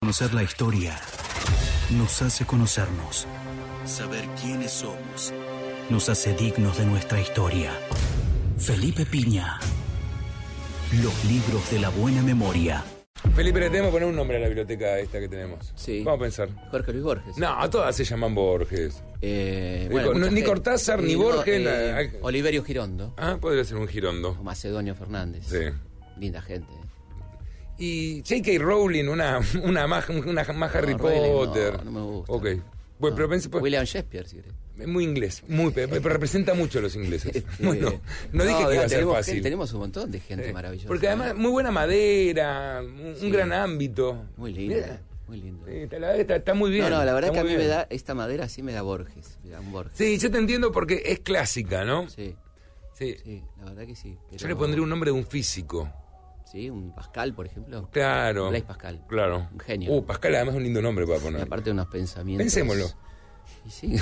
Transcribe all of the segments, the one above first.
Conocer la historia nos hace conocernos. Saber quiénes somos nos hace dignos de nuestra historia. Felipe Piña. Los libros de la buena memoria. Felipe, le tenemos que poner un nombre a la biblioteca esta que tenemos. Sí. Vamos a pensar. Jorge Luis Borges. No, todas se llaman Borges. Eh, Ni bueno, Cor- mucha ni gente. Cortázar, ni Borges, eh, la- hay- Oliverio Girondo. Ah, podría ser un girondo. O Macedonio Fernández. Sí. Linda gente. eh. Y J.K. Rowling, una, una más, una más Harry No, Rowling no, Potter. no me gusta. Ah, Ok. Bueno, pero pensé, pues, William Shakespeare, si querés. es muy inglés, muy, pe- pero representa mucho a los ingleses. Este, Bueno, no dije que digo, iba a ser tenemos fácil. gente- tenemos un montón de gente Sí. maravillosa. ¿eh? Porque además, muy buena madera, un, un gran ámbito. Muy linda. Mira, Muy linda. sí, está- la verdad que está, está muy bien. no, no, la verdad está que a mí muy me bien. da, esta madera sí me da Borges. Me da un Borges. Sí, yo te entiendo porque es clásica, ¿no? Sí, Sí. sí, la verdad que sí. Yo pero- le pondría un nombre de un físico. Sí, un Pascal, por ejemplo. Claro. Blaise Pascal. Claro. Un genio. Uh, Pascal además es un lindo nombre para Y poner. aparte unos pensamientos. Pensémoslo. Y sí.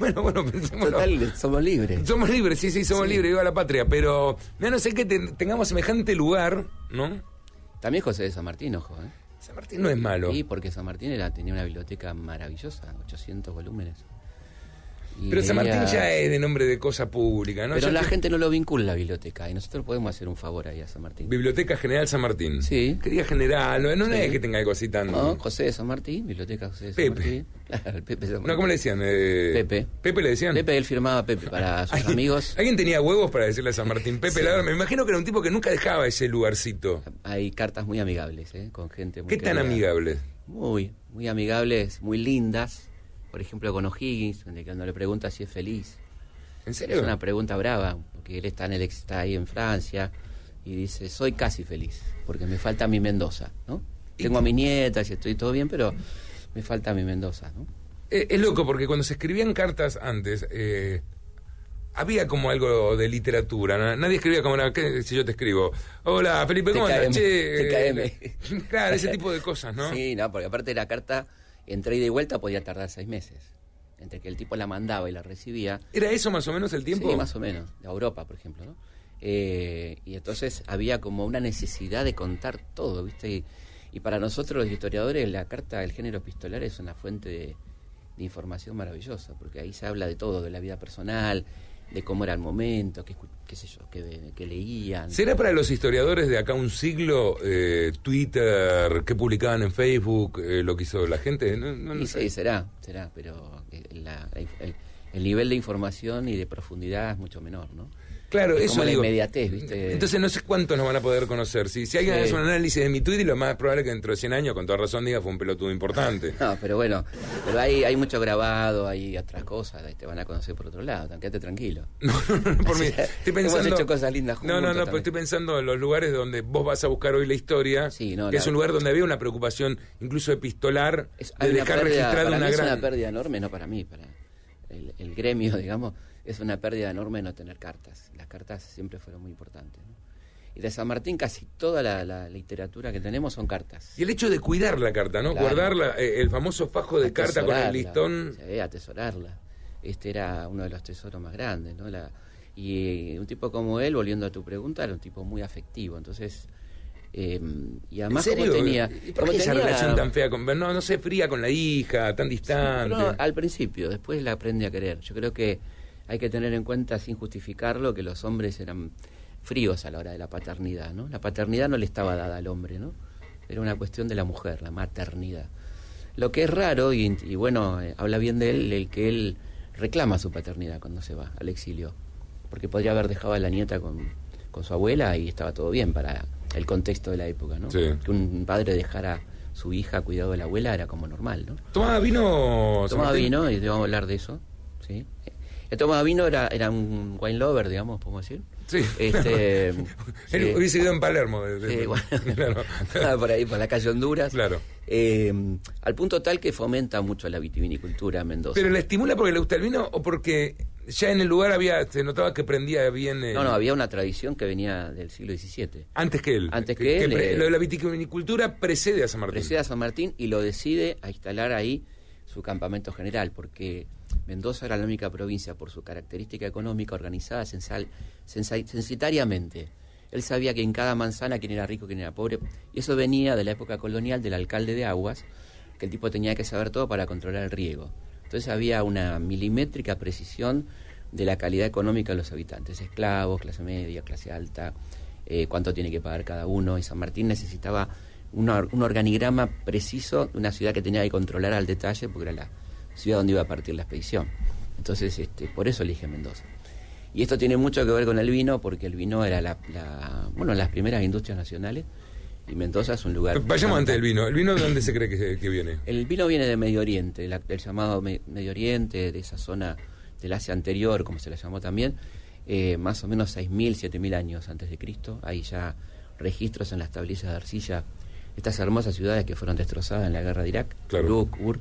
bueno, bueno, pensémoslo. Total, somos libres. Somos libres, sí, sí, somos Sí. libres, viva la patria. Pero a no sé que ten- tengamos semejante lugar, ¿no? También José de San Martín, ojo, ¿eh? San Martín no es malo. Sí, porque San Martín era, tenía una biblioteca maravillosa, 800 volúmenes. Y pero San leía- Martín ya es de nombre de cosa pública, ¿no? Pero Ya la te- gente no lo vincula a la biblioteca y nosotros podemos hacer un favor ahí a San Martín. Biblioteca General San Martín. Sí. Quería general, no, no Sí. es que tenga algo así tan. No, José de San Martín, biblioteca José de San Pepe. Martín. Claro, el Pepe San Martín. No, ¿cómo le decían? Eh, Pepe. Pepe le decían. Pepe, él firmaba Pepe para sus ¿Alguien- amigos. ¿Alguien tenía huevos para decirle a San Martín? Pepe, la verdad, me imagino que era un tipo que nunca dejaba ese lugarcito. Hay cartas muy amigables, ¿eh? Con gente muy ¿Qué tan querida. amigable? Muy, muy amigables, muy lindas. Por ejemplo, con O'Higgins, donde cuando le pregunta si es feliz. ¿En Es serio? una pregunta brava, porque él está, en el, ex- está ahí en Francia y dice, soy casi feliz, porque me falta mi Mendoza, ¿no? Tengo a mis nietas y estoy todo bien, pero me falta mi Mendoza, ¿no? Eh, es loco, porque cuando se escribían cartas antes, eh, había como algo de literatura. ¿no? Nadie escribía como, "Hola, ¿qué, si yo te escribo, hola Felipe, ¿cómo TKM, andas? eh, TKM. Claro, ese tipo de cosas, ¿no? Sí, no, porque aparte la carta, entre ida y vuelta, podía tardar seis meses. Entre que el tipo la mandaba y la recibía, ¿Era eso más o menos el tiempo? Sí, más o menos, de Europa, por ejemplo, ¿no? Eh, y entonces había como una necesidad de contar todo, ¿viste? Y, y para nosotros los historiadores la carta del género epistolar es una fuente de, de información maravillosa, porque ahí se habla de todo, de la vida personal, de cómo era el momento, qué, escu- qué sé yo, qué, qué leían. ¿Será para los historiadores de acá un siglo eh, Twitter, qué publicaban en Facebook, eh, lo que hizo la gente? No, no, no Y sé. sí, será, será, pero eh, la- la inf- el, el nivel de información y de profundidad es mucho menor, ¿no? Claro, Es eso como la digo. inmediatez, ¿viste? Entonces no sé cuántos nos van a poder conocer. Si, si alguien Sí. hace un análisis de mi tweet, lo más probable es que dentro de 100 años, con toda razón, diga fue un pelotudo importante. No, pero bueno, pero hay, hay mucho grabado, hay otras cosas, ahí te van a conocer por otro lado, tan- quédate tranquilo. No, no, no, por mí. Así que Estoy hemos pensando. hecho cosas lindas No, no, juntos no, pero también. estoy pensando en los lugares donde vos vas a buscar hoy la historia. Sí, no, que la- es un lugar donde había una preocupación, incluso epistolar, Es, hay de una dejar pérdida, registrada para una mí gran. es una pérdida enorme, no para mí, para el, el gremio, digamos, es una pérdida enorme no tener cartas. Las cartas siempre fueron muy importantes. ¿no? Y de San Martín casi toda la, la literatura que tenemos son cartas. Y el hecho de cuidar la carta, ¿no? Claro. Guardar la- eh, el famoso fajo de carta con el Atesorarla, listón. sí, atesorarla. Este era uno de los tesoros más grandes, ¿no? La- y eh, un tipo como él, volviendo a tu pregunta, era un tipo muy afectivo. Entonces, eh, y además ¿En como serio? tenía... ¿Y por como qué esa tenía- relación tan fea con no, no sé, fría con la hija, tan distante? Pero al principio, después la aprende a querer. Yo creo que hay que tener en cuenta, sin justificarlo, que los hombres eran fríos a la hora de la paternidad, ¿no? La paternidad no le estaba dada al hombre, ¿no? Era una cuestión de la mujer, la maternidad. Lo que es raro, y, y bueno, eh, habla bien de él, el que él reclama su paternidad cuando se va al exilio. Porque podría haber dejado a la nieta con, con su abuela y estaba todo bien para el contexto de la época, ¿no? Sí. Que un padre dejara su hija cuidado de la abuela era como normal, ¿no? Tomaba vino. San Tomaba Martín? vino y vamos a hablar de eso. ¿sí? El tomaba vino era, era un wine lover, digamos, podemos decir. Sí. Este, sí. Él hubiese ido en Palermo. de- de- Sí, bueno. Claro. Andaba por ahí, por la calle Honduras. Claro. Eh, al punto tal que fomenta mucho la vitivinicultura en Mendoza. ¿Pero la estimula porque le gusta el vino o porque ya en el lugar había, se notaba que prendía bien? eh, No, no, había una tradición que venía del siglo XVII. Antes que él. Antes que él, pre- eh, lo de la vitivinicultura precede a San Martín. Precede a San Martín y lo decide a instalar ahí su campamento general, porque Mendoza era la única provincia por su característica económica organizada censal- censa- censitariamente. Él sabía que en cada manzana quién era rico, quién era pobre, y eso venía de la época colonial del alcalde de Aguas, que el tipo tenía que saber todo para controlar el riego. Entonces había una milimétrica precisión de la calidad económica de los habitantes, esclavos, clase media, clase alta, eh, cuánto tiene que pagar cada uno. Y San Martín necesitaba un, or un organigrama preciso de una ciudad que tenía que controlar al detalle porque era la ciudad donde iba a partir la expedición. Entonces, este, por eso elige Mendoza. Y esto tiene mucho que ver con el vino, porque el vino era la, la bueno, las primeras industrias nacionales y Mendoza es un lugar. Pero vayamos antes del vino. ¿El vino de dónde se cree que, que viene? El vino viene de Medio Oriente, la, el llamado Me, Medio Oriente, de esa zona del Asia anterior, como se la llamó también, eh, más o menos 6.000, 7.000 años antes de Cristo. Hay ya registros en las tablillas de arcilla, estas hermosas ciudades que fueron destrozadas en la guerra de Irak, Claro. Uruk, Ur.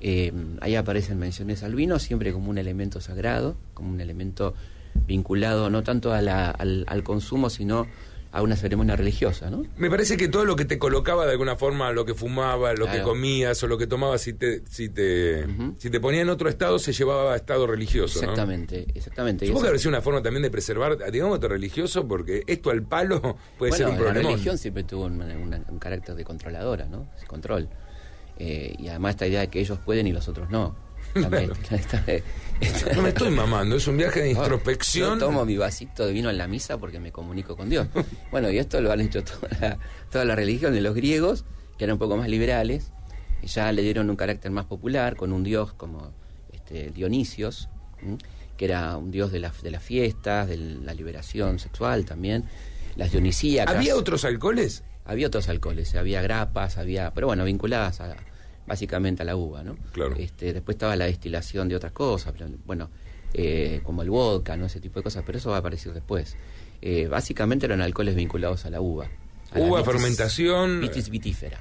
Eh, ahí aparecen menciones al vino, siempre como un elemento sagrado, como un elemento vinculado no tanto a la- al, al consumo, sino a una ceremonia religiosa, ¿no? Me parece que todo lo que te colocaba de alguna forma, lo que fumabas, lo que Claro. comías o lo que tomabas, si te, si te, Ujú. si te ponía en otro estado, se llevaba a estado religioso. ¿no? Exactamente, exactamente. Y Supongo que eso- habrá sido una forma también de preservar, digamos, tu religioso, porque esto al palo puede ser bueno, un la problema. religión siempre tuvo un, un- un carácter de controladora, ¿no? Es Control. Eh, y además esta idea de que ellos pueden y los otros no. También. Esta- esta- No me estoy mamando, es un viaje de introspección. Yo tomo mi vasito de vino en la misa porque me comunico con Dios. Bueno, y esto lo han hecho toda la, toda la religión de los griegos, que eran un poco más liberales, y ya le dieron un carácter más popular con un dios como este, Dionisios, ¿m? que era un dios de, las de las fiestas, de la liberación sexual también, las dionisíacas. ¿Había otros alcoholes? Había otros alcoholes, había grapas, había, pero bueno, vinculadas a- básicamente a la uva, ¿no? Claro. Este, después estaba la destilación de otras cosas, pero, bueno, eh, como el vodka, ¿no? Ese tipo de cosas, pero eso va a aparecer después. Eh, básicamente eran alcoholes vinculados a la uva. a la Uva, vitis- fermentación. Vitis vitífera.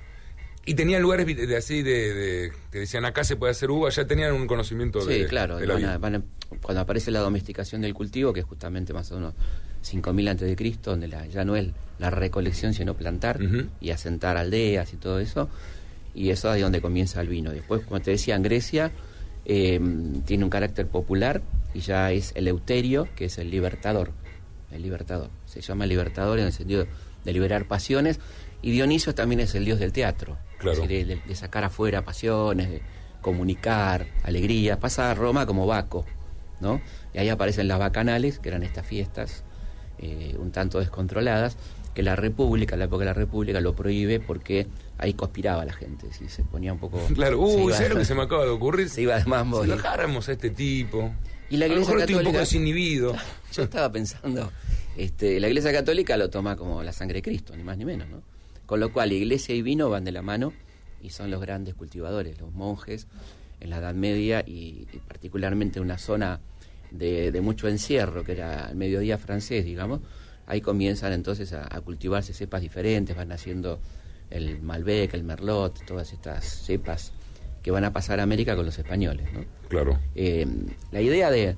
Y tenían lugares vi- de, así de, de- que decían acá se puede hacer uva, ya tenían un conocimiento de Sí, claro. de la van a- vida. van a- cuando aparece la domesticación del cultivo, que es justamente más o menos 5000 antes de Cristo, donde la, ya no es la recolección, sino plantar Ujú. y asentar aldeas y todo eso, y eso es donde comienza el vino. Después, como te decía, en Grecia eh, tiene un carácter popular y ya es el euterio, que es el libertador. El libertador. Se llama libertador en el sentido de liberar pasiones. Y Dionisio también es el dios del teatro. Claro. Es decir, de, de- de sacar afuera pasiones, de comunicar, alegría. Pasa a Roma como Baco, ¿no? Y ahí aparecen las bacanales, que eran estas fiestas eh, un tanto descontroladas, que la República, la época de la República, lo prohíbe porque ahí conspiraba la gente, ¿sí? se ponía un poco... Claro, se uy, iba- ¿sabes lo que se me acaba de ocurrir? se iba de mambo. si y- lo dejáramos a este tipo. Y la a lo Iglesia mejor estoy un poco Católica- desinhibido. Yo estaba pensando, este, la Iglesia Católica lo toma como la sangre de Cristo, ni más ni menos, ¿no? Con lo cual, Iglesia y vino van de la mano y son los grandes cultivadores, los monjes en la Edad Media y, y particularmente una zona de, de mucho encierro, que era el mediodía francés, digamos. Ahí comienzan entonces a, a cultivarse cepas diferentes, van haciendo el Malbec, el Merlot, todas estas cepas que van a pasar a América con los españoles, ¿no? Claro. Eh, la idea de...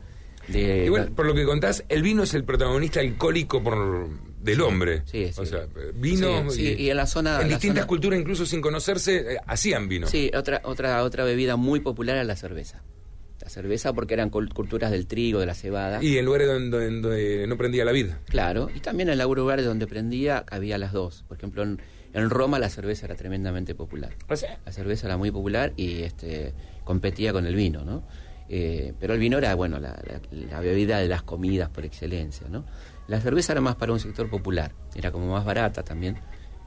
de- Igual, por lo que contás, el vino es el protagonista alcohólico por, del hombre. sí, sí. O sea, eh, vino. Sí, sí, y en la zona- En la distintas zona- culturas, incluso sin conocerse, eh, hacían vino. Sí, otra, otra, otra bebida muy popular era la cerveza. La cerveza porque eran col- culturas del trigo, de la cebada. Y en lugares donde, donde no prendía la vida. Claro, y también en algunos lugares donde prendía había las dos. Por ejemplo, en, en Roma la cerveza era tremendamente popular. La cerveza era muy popular y este, competía con el vino, ¿no? Eh, pero el vino era, bueno, la, la- la bebida de las comidas por excelencia, ¿no? La cerveza era más para un sector popular, era como más barata también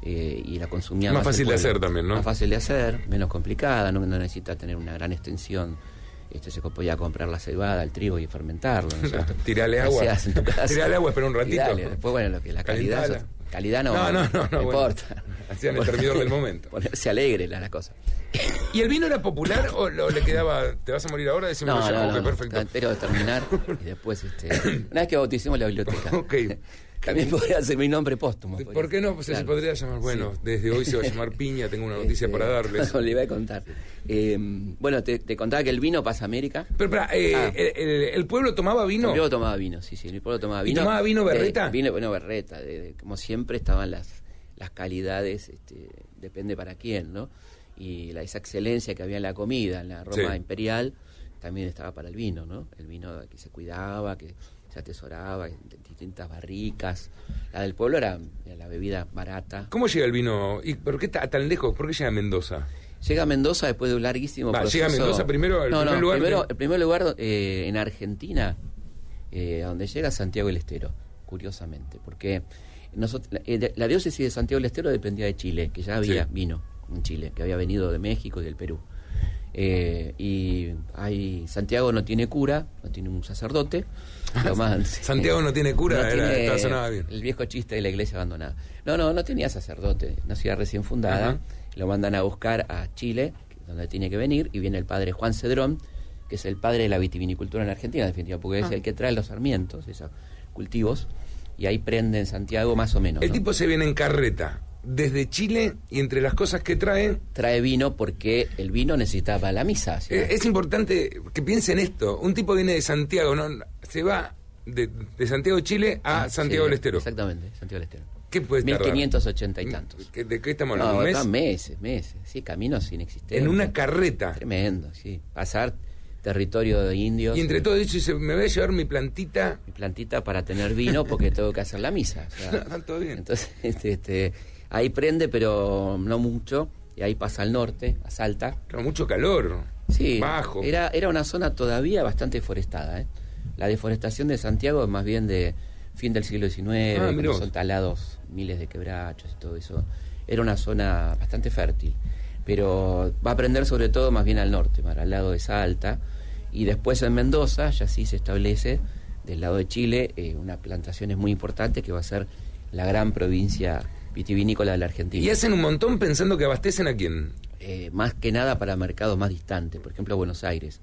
eh, y la consumía Más el fácil de pueblo. hacer también, ¿no? Más fácil de hacer, menos complicada, no, no necesita tener una gran extensión. Este, se podía comprar la cebada, el trigo y fermentarlo. ¿no es cierto? Tirale No agua. se hace en tu casa. Tirale agua, espera un ratito. Tirale. Después, bueno, lo que la calidad. Calentala. Calidad no, No, no, no, no, bueno. importa. Hacían el termidor del momento. Ponerse alegre la, la cosa. ¿Y el vino era popular o, lo- le quedaba, te vas a morir ahora? Decime No, ya, no, ok, no, no. perfecto. Pero terminar y después, este, una vez que bauticemos la biblioteca. Ok. También podría ser mi nombre póstumo. ¿Por qué no? Pues, Se Claro. podría llamar, bueno, Sí. desde hoy se va a llamar Piña, tengo una noticia Este, para darles. no, le iba a contar. Eh, bueno, te, te contaba que el vino pasa a América. Pero pará, eh, Ah. el, el- el pueblo tomaba vino? El pueblo tomaba vino, sí, sí. El pueblo tomaba ¿Y vino. tomaba vino De- berreta? vino, vino berreta. de- de- como siempre estaban las, las calidades, este, depende para quién, ¿no? Y la, esa excelencia que había en la comida, en la Roma Sí. imperial, también estaba para el vino, ¿no? El vino que se cuidaba, que se atesoraba en d- distintas barricas. La del pueblo era, era la bebida barata. ¿Cómo llega el vino? ¿Y por qué está tan lejos? ¿Por qué llega a Mendoza? Llega a Mendoza después de un larguísimo Va, proceso. llega a Mendoza primero, el No, no, primer lugar primero- que- el primer lugar eh, en Argentina, eh, a donde llega es Santiago del Estero, curiosamente, porque nosot- la, eh, de- la diócesis de Santiago del Estero dependía de Chile, que ya había Sí. vino en Chile, que había venido de México y del Perú. Eh, y hay, Santiago no tiene cura, no tiene un sacerdote. lo más- Santiago no tiene cura, era- estaba- sonaba bien. el viejo chiste de la iglesia abandonada. No, no, no tenía sacerdote, una ciudad recién fundada. Ajá. Lo mandan a buscar a Chile, donde tiene que venir, y viene el padre Juan Cedrón, que es el padre de la vitivinicultura en la Argentina, en definitiva, porque es el que trae los sarmientos, esos cultivos, y ahí prende en Santiago más o menos. El ¿no? tipo se viene en carreta desde Chile y entre las cosas que trae Trae vino porque el vino necesitaba la misa. o sea, Eh, Es importante que piensen esto. Un tipo viene de Santiago, ¿no? se va de, de Santiago, Chile a Santiago Ah, sí, del Estero. Exactamente, Santiago del Estero. ¿Qué puede tardar? 1580 y tantos. ¿Qué- ¿De qué estamos No, hablando? ¿Un mes? tardan meses, meses. Sí, caminos inexistentes. En una carreta. Tremendo, sí. Pasar territorio de indios. Y entre todo eso dice, me voy a llevar mi plantita. Mi plantita para tener vino porque tengo que hacer la misa. o sea. Está todo bien. Entonces, este, este, ahí prende, pero no mucho. Y ahí pasa al norte, a Salta. Claro, mucho calor. Sí, Bajo. Era, era una zona todavía bastante forestada. ¿eh? La deforestación de Santiago es más bien de fin del siglo XIX, Ah, mirá cuando vos. son talados miles de quebrachos y todo eso. Era una zona bastante fértil, pero va a prender sobre todo más bien al norte, para al lado de Salta. Y después en Mendoza, ya sí se establece, del lado de Chile, eh, una plantación es muy importante que va a ser la gran provincia vitivinícola de la Argentina. Y hacen un montón pensando que abastecen a quién. Eh, más que nada para mercados más distantes, por ejemplo Buenos Aires.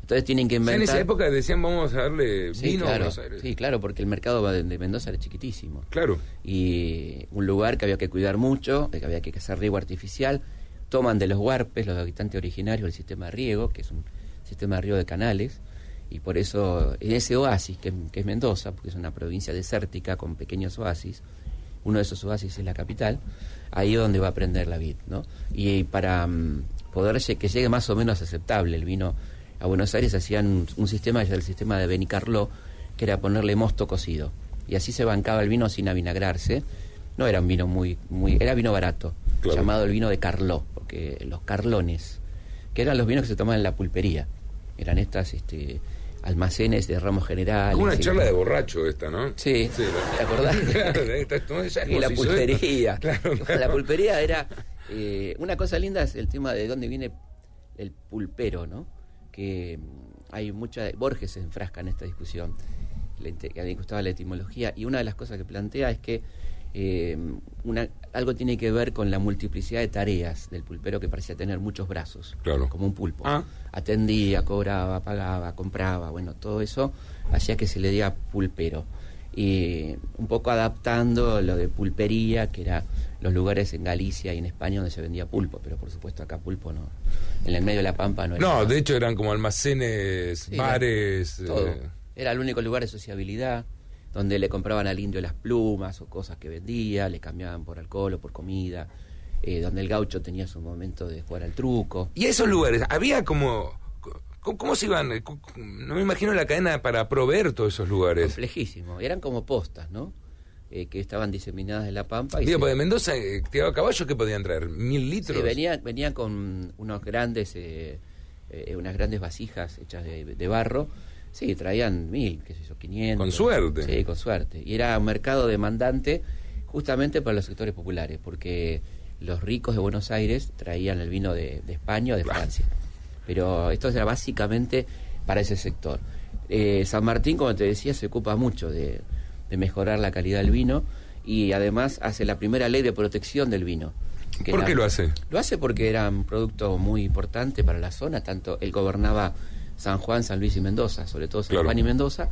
Entonces tienen que O sea, en inventar. esa época decían, vamos a darle sí, vino a claro, Buenos Aires. sí, claro, porque el mercado va de de Mendoza era chiquitísimo. Claro. Y un lugar que había que cuidar mucho, eh, que había que hacer riego artificial. Toman de los huarpes, los habitantes originarios, el sistema de riego, que es un sistema de riego de canales. Y por eso, en ese oasis que, que es Mendoza, porque es una provincia desértica con pequeños oasis, uno de esos oasis es la capital, ahí es donde va a aprender la vid, ¿no? Y para mm, poder lle- que llegue más o menos aceptable el vino a Buenos Aires hacían un, un sistema, el sistema de Benicarló, que era ponerle mosto cocido. Y así se bancaba el vino sin avinagrarse. No era un vino muy, muy, era vino barato, Claro. llamado el vino de Carló, porque los carlones, que eran los vinos que se tomaban en la pulpería, eran estas este, almacenes de ramos generales. Como una y- charla de borracho esta, ¿no? Ah, Sí, la- ¿te acordás? Claro, esta- esta- ya Y la nos hizo esto. pulpería. Claro, claro. La pulpería era. eh, una cosa linda es el tema de dónde viene el pulpero, ¿no? Que mm, hay mucha. Borges se enfrasca en esta discusión. Le, inte- a él le gustaba la etimología. Y una de las cosas que plantea es que eh, una, algo tiene que ver con la multiplicidad de tareas del pulpero que parecía tener muchos brazos. Claro. Como un pulpo. Ah. Atendía, cobraba, pagaba, compraba, bueno, todo eso hacía que se le diga pulpero. Y un poco adaptando lo de pulpería, que era los lugares en Galicia y en España donde se vendía pulpo, pero por supuesto acá pulpo no. En el medio de la pampa no era. No, de hecho eran como almacenes, Sí, era bares. todo. eh, Era el único lugar de sociabilidad donde le compraban al indio las plumas o cosas que vendía, le cambiaban por alcohol o por comida, eh, donde el gaucho tenía su momento de jugar al truco. Y a esos lugares, había como... ¿Cómo, cómo se iban? Eh, Cu- cu- No me imagino la cadena para proveer todos esos lugares. Complejísimo. Eran como postas, ¿no? Eh, que estaban diseminadas en la pampa. Y Digo, se- porque de Mendoza, eh, tiraba caballos que podían traer? ¿Mil sí, litros? venían, venían con unos grandes, eh, eh, unas grandes vasijas hechas de, de barro. Sí, traían mil, qué sé yo, 500. Con suerte. Sí, con suerte. Y era un mercado demandante justamente para los sectores populares, porque los ricos de Buenos Aires traían el vino de, de España o de Francia. Pero esto era básicamente para ese sector. Eh, San Martín, como te decía, se ocupa mucho de, de mejorar la calidad del vino y además hace la primera ley de protección del vino. que ¿Por era- qué lo hace? lo hace porque era un producto muy importante para la zona, tanto él gobernaba San Juan, San Luis y Mendoza, sobre todo San Claro. Juan y Mendoza,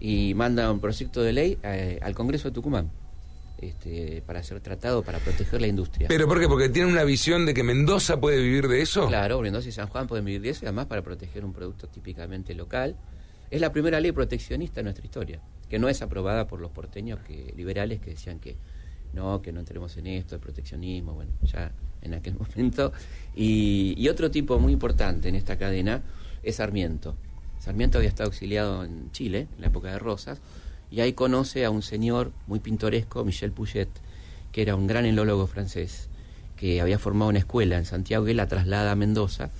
y manda un proyecto de ley eh, al Congreso de Tucumán este, para ser tratado, para proteger la industria. ¿Pero por qué? ¿Porque tienen una visión de que Mendoza puede vivir de eso? Claro, Mendoza y San Juan pueden vivir de eso, y además para proteger un producto típicamente local. Es la primera ley proteccionista en nuestra historia, que no es aprobada por los porteños que, liberales que decían que no, que no entremos en esto, el proteccionismo, bueno, ya en aquel momento. Y, y otro tipo muy importante en esta cadena es Sarmiento. Sarmiento había estado exiliado en Chile, en la época de Rosas, y ahí conoce a un señor muy pintoresco, Michel Puget, que era un gran enólogo francés que había formado una escuela en Santiago, que la traslada a Mendoza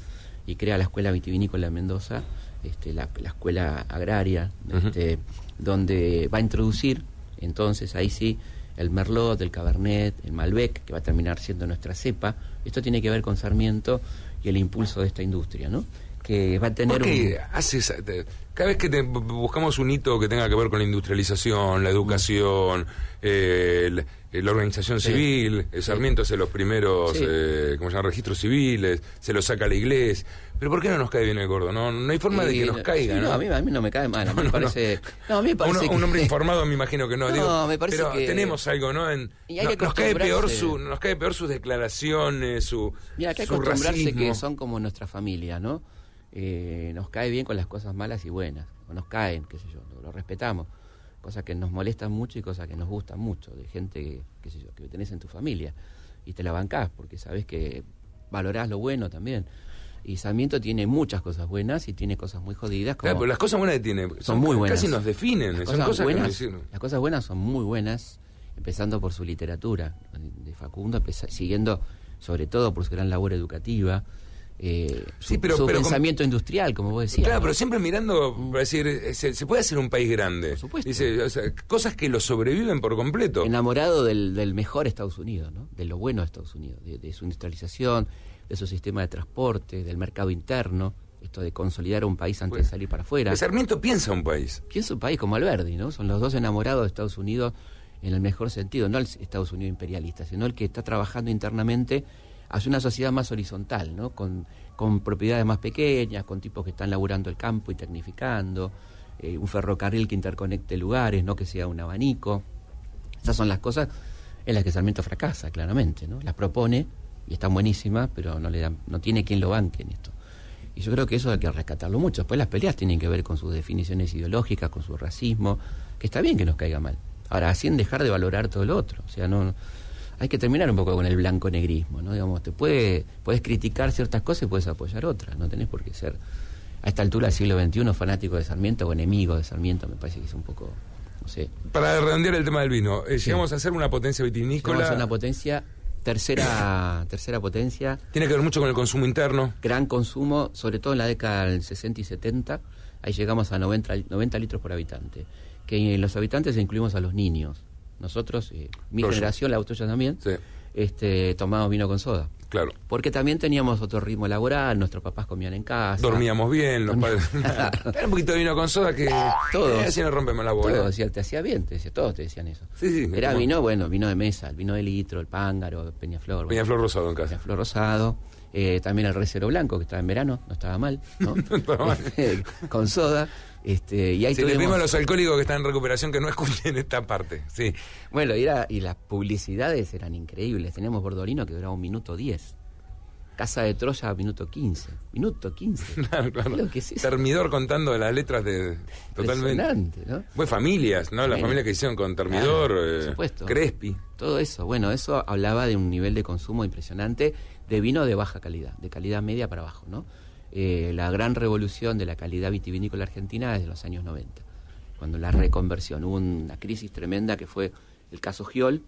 y crea la Escuela Vitivinícola de Mendoza, este, la, la Escuela Agraria, Ujú. este, donde va a introducir, entonces ahí sí, el Merlot, el Cabernet, el Malbec, que va a terminar siendo nuestra cepa. Esto tiene que ver con Sarmiento y el impulso de esta industria, ¿no? Que va a tener ¿Por qué un... haces, te- cada vez que te- bu- buscamos un hito que tenga que ver con la industrialización, la educación, eh, el- eh, la organización Mm. Sí. civil, eh, Sarmiento hace los primeros Sí. eh, ¿cómo se llama? registros civiles, se los saca a la iglesia. Pero ¿por qué no nos cae bien el gordo? No, no hay forma de Y- que nos caiga. Eh, sí, ¿no? a mí, a mí no me cae mal, a mí me parece... No, a mí me A uno- parece a un que- hombre informado me imagino que no, No, digo, me parece pero que- tenemos algo no en Y hay no- que nos cae peor acostumbrarse. su nos cae peor sus declaraciones su Mira, que hay que su acostumbrarse racismo. que son como nuestra familia, ¿no? Eh, nos cae bien con las cosas malas y buenas, o nos caen, qué sé yo, lo, lo respetamos. Cosas que nos molestan mucho y cosas que nos gustan mucho, de gente, que, qué sé yo, que tenés en tu familia y te la bancás, porque sabés que valorás lo bueno también. Y Sarmiento tiene muchas cosas buenas y tiene cosas muy jodidas. Como Claro, pero las cosas buenas que tiene son, son muy buenas. casi nos definen Las son cosas que nos buenas, hicieron. las cosas buenas son muy buenas, empezando por su literatura de Facundo, empeza- siguiendo sobre todo por su gran labor educativa, eh, su, Sí, pero- su pero con- pensamiento industrial, como vos decías. Claro, ¿no? pero siempre mirando para decir, eh, se, se puede hacer un país grande. Por supuesto. Dice, o sea, cosas que lo sobreviven por completo. Enamorado del, del mejor Estados Unidos, ¿no? de lo bueno de Estados Unidos, de, de su industrialización, de su sistema de transporte, del mercado interno, esto de consolidar un país antes Bueno, de salir para afuera. Que Sarmiento piensa un país. pienso un país como Alberti, ¿no? Son los dos enamorados de Estados Unidos en el mejor sentido, no el Estados Unidos imperialista, sino el que está trabajando internamente hacia una sociedad más horizontal, ¿no? Con, con propiedades más pequeñas, con tipos que están laburando el campo y tecnificando, eh, un ferrocarril que interconecte lugares, no que sea un abanico. Esas son las cosas en las que Sarmiento fracasa, claramente, ¿no? Las propone y están buenísimas, pero no le dan, no tiene quien lo banque en esto. Y yo creo que eso hay que rescatarlo mucho. Después las peleas tienen que ver con sus definiciones ideológicas, con su racismo, que está bien que nos caiga mal. Ahora, sin dejar de valorar todo lo otro. O sea, no, hay que terminar un poco con el blanco-negrismo, ¿no? Digamos, te puede, puedes criticar ciertas cosas y puedes apoyar otras. No tenés por qué ser, a esta altura del siglo XXI, fanático de Sarmiento o enemigo de Sarmiento. Me parece que es un poco, no sé, Para redondear el tema del vino, eh, Sí. llegamos a ser una potencia vitivinícola. Llegamos a una potencia, tercera, tercera potencia, Tiene que ver mucho con el consumo interno. gran consumo, sobre todo en la década del 60 y 70, ahí llegamos a 90, li- 90 litros por habitante. Que en los habitantes incluimos a los niños. Nosotros, eh, mi Toyo. generación, la tuya también, Sí. este, tomábamos vino con soda. Claro. Porque también teníamos otro ritmo laboral, nuestros papás comían en casa. Dormíamos bien, los padres. Era un poquito de vino con soda que. Todos. Eh, así nos rompemos la bola. Todo, decía, te hacía bien, te decía, todos te decían eso. Sí, sí, Era como- vino, bueno, vino de mesa, el vino de litro, el pángaro, el peñaflor. bueno. Peñaflor rosado en la casa. flor rosado, eh, también el recero blanco, que estaba en verano, no estaba mal, ¿no? estaba mal. Este, con soda. Este, y ahí Si le tuvimos- pedimos a los alcohólicos que están en recuperación que no escuchen esta parte. Sí. Bueno, y, era- y las publicidades eran increíbles. Teníamos Bordolino que duraba un minuto diez. Casa de Troya, minuto quince. Minuto quince. Claro, claro. Lo que es eso. Termidor contando las letras de. Totalmente. Impresionante, ¿no? Fue familias, ¿no? La Sí. familia que hicieron con Termidor, Claro, por eh, supuesto. Crespi. Todo eso, bueno, eso hablaba de un nivel de consumo impresionante de vino de baja calidad, de calidad media para abajo, ¿no? Eh, la gran revolución de la calidad vitivinícola argentina desde los años 90, cuando la reconversión, hubo una crisis tremenda que fue el caso Giol,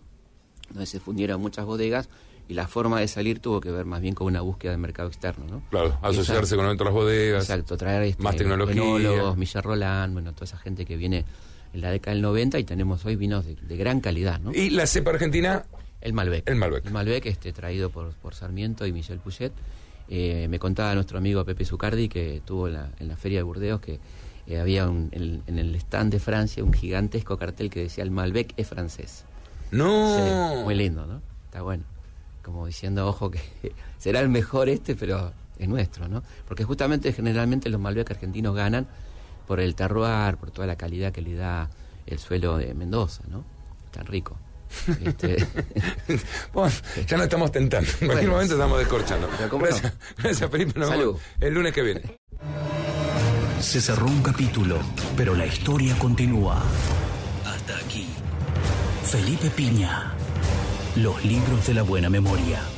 donde se fundieron muchas bodegas y la forma de salir tuvo que ver más bien con una búsqueda de mercado externo, ¿no? Claro, asociarse Exacto. con otras bodegas. Exacto, traer este, más tecnología. enólogos, Michel Roland, bueno, toda esa gente que viene en la década del 90 y tenemos hoy vinos de, de gran calidad, ¿no? Y la cepa argentina, El Malbec. El Malbec. El Malbec, este, traído por, por Sarmiento y Michel Puget. Eh, me contaba nuestro amigo Pepe Zucardi, que tuvo en la, en la Feria de Burdeos, que eh, había un- en, en el stand de Francia un gigantesco cartel que decía el Malbec es francés. Sí, no. muy lindo, ¿no? Está bueno. Como diciendo, ojo, que será el mejor este, pero es nuestro, ¿no? Porque justamente, generalmente, los Malbec argentinos ganan por el terroir, por toda la calidad que le da el suelo de Mendoza, ¿no? Tan rico. Este, Bueno, ya no estamos tentando. En cualquier Bueno. momento estamos descorchando. Pero cómo Gracias, gracias, Felipe. Nos Salud. vemos el lunes que viene. Se cerró un capítulo, pero la historia continúa. Hasta aquí. Felipe Piña. Los libros de la buena memoria.